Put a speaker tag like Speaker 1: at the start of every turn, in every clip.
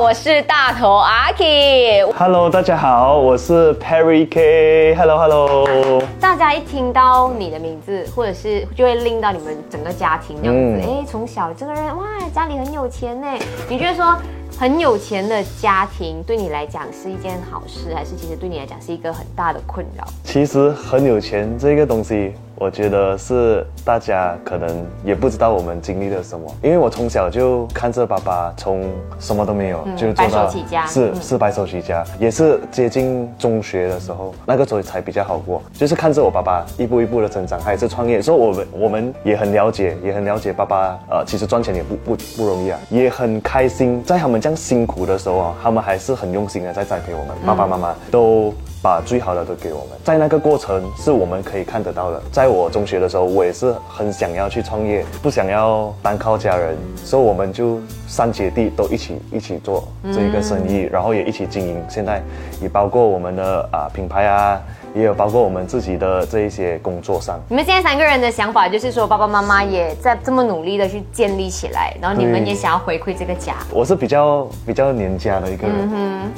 Speaker 1: 我是大头阿 K。
Speaker 2: Hello，大家好，我是 Perry K。Hello，Hello。
Speaker 1: 大家一听到你的名字，或者是就会令到你们整个家庭这样子。哎、
Speaker 2: 嗯
Speaker 1: 从小这个人哇，家里很有钱呢。你觉得说很有钱的家庭对你来讲是一件好事，还是其实对你来讲是一个很大的困扰？
Speaker 2: 其实很有钱这个东西，我觉得是大家可能也不知道我们经历了什么，因为我从小就看着爸爸从什么都没有、就
Speaker 1: 嗯
Speaker 2: 做
Speaker 1: 白
Speaker 2: 到
Speaker 1: 手起家
Speaker 2: 是
Speaker 1: 嗯
Speaker 2: 是白手起家，也是接近中学的时候，那个时候才比较好过，就是看着我爸爸一步一步的成长，他也是创业，所以我们我们也很了解，也很了解爸爸，呃，其实赚钱也不不不容易啊，也很开心，在他们这样辛苦的时候啊，他们还是很用心的在栽培我们，爸爸妈妈都。把最好的都给我们，在那个过程是我们可以看得到的。在我中学的时候，我也是很想要去创业，不想要单靠家人，所以我们就三姐弟都一起一起做这一个生意，然后也一起经营。现在也包括我们的啊、品牌啊，也有包括我们自己的这一些工作上。
Speaker 1: 你们现在三个人的想法就是说，爸爸妈妈也在这么努力的去建立起来，然后你们
Speaker 2: 对
Speaker 1: 也想要回馈这个家。
Speaker 2: 我是比较比较黏家的一个人，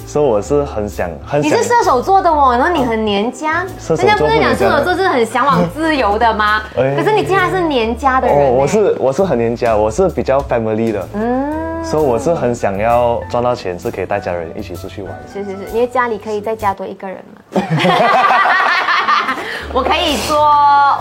Speaker 2: 所以我是很想很
Speaker 1: 你
Speaker 2: 想
Speaker 1: 是射手座的哦，然后你很黏家，
Speaker 2: 哦射手
Speaker 1: 人家不是
Speaker 2: 座不
Speaker 1: 讲
Speaker 2: 能这
Speaker 1: 射
Speaker 2: 样
Speaker 1: 手座是很向往自由的吗？
Speaker 2: 哎
Speaker 1: 可是你竟然是黏家的人、
Speaker 2: 哦，我
Speaker 1: 哎
Speaker 2: 是我是很黏家，我是比较 family 的，所以我是很想要赚到钱是可以带家人一起出去玩。
Speaker 1: 是是是，你的家里可以再加多一个人 吗？我可以做，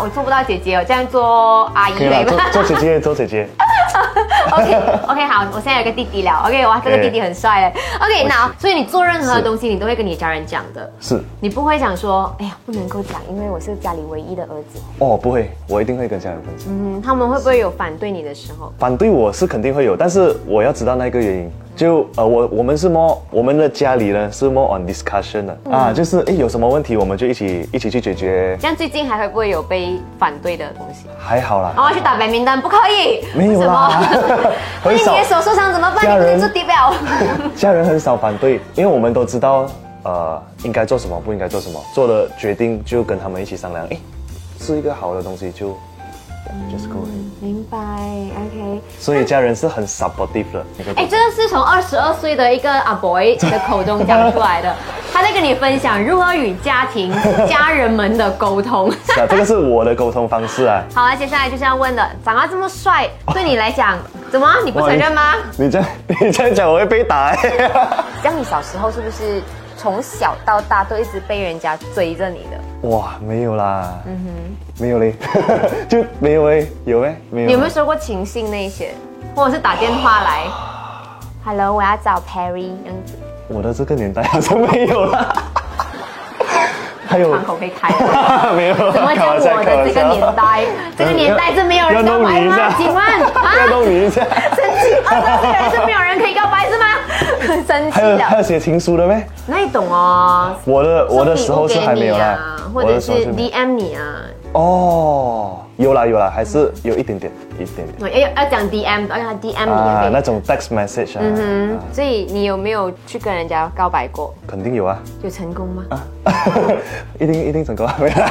Speaker 1: 我做不到姐姐，我这样做阿姨
Speaker 2: 可以啦，
Speaker 1: 对吧
Speaker 2: 做做姐姐，做姐姐，
Speaker 1: ？OK OK，好，我现在有个弟弟了。OK，哇，这个
Speaker 2: 哎
Speaker 1: 弟弟很帅哎。OK，
Speaker 2: 我
Speaker 1: 那所以你做任何
Speaker 2: 是
Speaker 1: 东西，你都会跟你家人讲的。
Speaker 2: 是
Speaker 1: 你不会想说，哎呀，不能够讲，因为我是家里唯一的儿子。
Speaker 2: 哦，不会，我一定会跟家人分享。
Speaker 1: 嗯，他们会不会有反对你的时候？
Speaker 2: 反对我是肯定会有，但是我要知道那个原因。就呃，我我们是 more 我们的家里呢是 more on discussion 的、
Speaker 1: 嗯
Speaker 2: 啊，就是诶有什么问题我们就一起一起去解决，
Speaker 1: 像最近还会不会有被反对的东西？
Speaker 2: 还好啦。
Speaker 1: 然后去打白名单，不可以，
Speaker 2: 没有啦，
Speaker 1: 为什么万
Speaker 2: 很
Speaker 1: 一
Speaker 2: 少
Speaker 1: 你的手受伤怎么办？
Speaker 2: 家
Speaker 1: 你不能
Speaker 2: 人
Speaker 1: 做地表。
Speaker 2: 家人很少反对，因为我们都知道，呃，应该做什么，不应该做什么，做了决定就跟他们一起商量，诶，是一个好的东西就
Speaker 1: 嗯
Speaker 2: just go ahead。
Speaker 1: 明白，OK。
Speaker 2: 所以家人是很 supportive 的那个
Speaker 1: 哎，这个是从二十二岁的一个阿 boy 的口中讲出 来的，他在跟你分享如何与家庭、家人们的沟通。
Speaker 2: 是啊，这个是我的沟通方式啊。
Speaker 1: 好啊，接下来就是要问了，长得这么帅，对你来讲，怎么你不承认吗？
Speaker 2: 你这样你这样讲我会被打、 欸。
Speaker 1: 像你小时候是不是从小到大都一直被人家追着你的？
Speaker 2: 哇，没有啦，嗯哼，没有嘞， 就没有嘞，有咩？没有。啊
Speaker 1: 你有没有收过情信那一些，或者是打电话来，Hello，我要找 Perry，这样子
Speaker 2: 我的这个年代好像没有啦。还有
Speaker 1: 窗口被开了。
Speaker 2: 没有啦？
Speaker 1: 怎么
Speaker 2: 开
Speaker 1: 讲
Speaker 2: 玩笑
Speaker 1: 我的这
Speaker 2: 开
Speaker 1: 个
Speaker 2: 玩笑
Speaker 1: 年代，这个年代是没有人告白吗？请问
Speaker 2: 要
Speaker 1: 啊，
Speaker 2: 弄你 一下。
Speaker 1: 生气，二十岁人是没有人可以告白是吗？ 生气
Speaker 2: 还有还
Speaker 1: 了，
Speaker 2: 有写情书的咩？
Speaker 1: 那你懂哦。
Speaker 2: 我的我的时候是
Speaker 1: 送礼物
Speaker 2: 还
Speaker 1: 给
Speaker 2: 没
Speaker 1: 你
Speaker 2: 有啦
Speaker 1: 啊，，或
Speaker 2: 我
Speaker 1: 者
Speaker 2: 的
Speaker 1: 是
Speaker 2: 时候是没有
Speaker 1: DM 你啊，
Speaker 2: 哦，有啦有啦，还是有一点点一点点
Speaker 1: 要要讲 DM，要让他 DM 你
Speaker 2: 啊，
Speaker 1: 也可
Speaker 2: 那
Speaker 1: 以。
Speaker 2: 种 text message 啊，
Speaker 1: 嗯
Speaker 2: 啊，
Speaker 1: 所以你有没有去跟人家告白过？
Speaker 2: 肯定有啊。
Speaker 1: 有成功吗？
Speaker 2: 一定一定成 功，没有啦，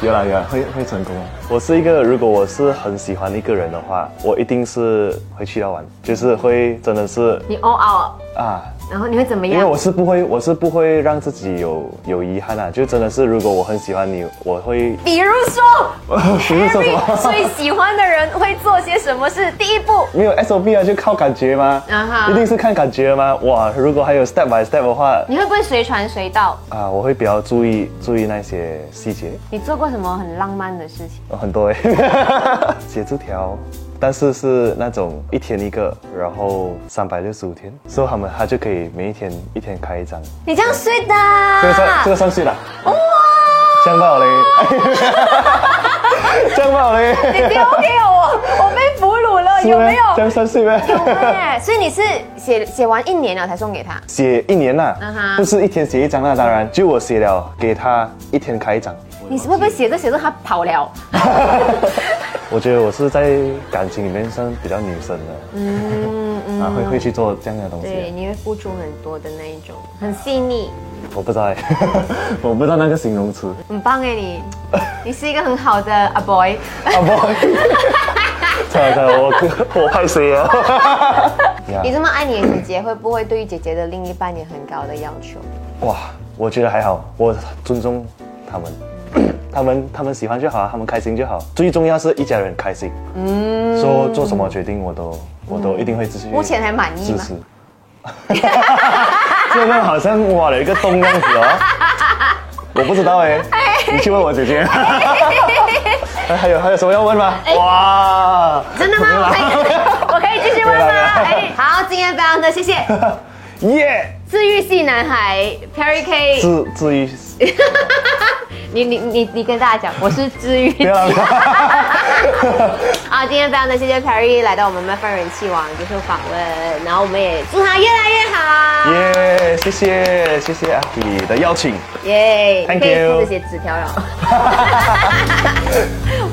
Speaker 2: 有啦有啦，会会成功啊。我是一个，如果我是很喜欢一个人的话，我一定是会去到玩，就是会真的是
Speaker 1: 你 all out，
Speaker 2: 啊，
Speaker 1: 然后你会怎么
Speaker 2: 因为
Speaker 1: 样
Speaker 2: 我？是不会，我是不会让自己有有遗憾啊，就真的是如果我很喜欢你，我会
Speaker 1: 比如说
Speaker 2: 比如说什么
Speaker 1: ，Harry 最喜欢的人会做些什么事？第一步，
Speaker 2: 没有 SOP 啊，就靠感觉吗
Speaker 1: 啊哈
Speaker 2: 一定是看感觉吗？哇，如果还有 step by step 的话
Speaker 1: 你会不会随传随到？
Speaker 2: 啊，我会比较注意注意那些细节。
Speaker 1: 你做过什么很浪漫的事情？
Speaker 2: 哦很多哎， 写字条，但是是那种一天一个，然后三百六十五天，所以他们他就可以每一天一天开一张，
Speaker 1: 你这样睡的？
Speaker 2: 这个算这个算是啦，
Speaker 1: 啊哇！
Speaker 2: 这样 不好嘞，这样不好嘞，
Speaker 1: 你丢给我， 我被俘虏了，
Speaker 2: 是
Speaker 1: 有
Speaker 2: 咩
Speaker 1: 没有？
Speaker 2: 这样算是
Speaker 1: 有
Speaker 2: 呗。
Speaker 1: 哎，所以你是写写完一年了才送给他？
Speaker 2: 写一年呐、
Speaker 1: 嗯哼
Speaker 2: 不是一天写一张那当然，就我写了给他一天 开一张。
Speaker 1: 你是会不会写着写着他跑了？
Speaker 2: 我觉得我是在感情里面算比较女生的，嗯嗯，啊会会去做这样的东西啊、
Speaker 1: 对，你会付出很多的那一种，很细腻，
Speaker 2: 我不知道 哎，我不知道那个形容词。啊
Speaker 1: 很棒哎 你，你是一个很好的阿 boy。
Speaker 2: 啊不好意思，对对，我我害谁啊？ Yeah
Speaker 1: 你这么爱你的姐姐，会不会对于姐姐的另一半也很高的要求？
Speaker 2: 哇，我觉得还好，我尊重 他们，他们他们喜欢就好，他们开心就好，最重要是一家人开心。嗯，说做什么决定我都我都一定会支持。
Speaker 1: 目前还满意
Speaker 2: 支
Speaker 1: 吗
Speaker 2: 持。这个好像挖了一个洞样子哦，我不知道哎，你去问我姐姐。还有还有什么要问吗？哇，
Speaker 1: 真的
Speaker 2: 没有
Speaker 1: 吗？我
Speaker 2: 啦
Speaker 1: 可以，我可以继续问吗
Speaker 2: 没有？啦没有
Speaker 1: 哎，好，今天非常的谢谢
Speaker 2: 耶，
Speaker 1: 治愈系男孩 Perry K，
Speaker 2: 至至于
Speaker 1: 你你你你跟大家讲，我是治愈
Speaker 2: 不 要了。
Speaker 1: 啊，今天非常的谢谢 Perry 来到我们麦饭人气王接受访问，然后我们也祝他越来越好，
Speaker 2: 耶，谢谢谢谢阿迪的邀请。
Speaker 1: 耶！你
Speaker 2: Thank
Speaker 1: 可以
Speaker 2: you
Speaker 1: 撕这些纸条了，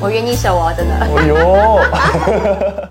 Speaker 1: 我愿意收哦，真的。
Speaker 2: 哎呦。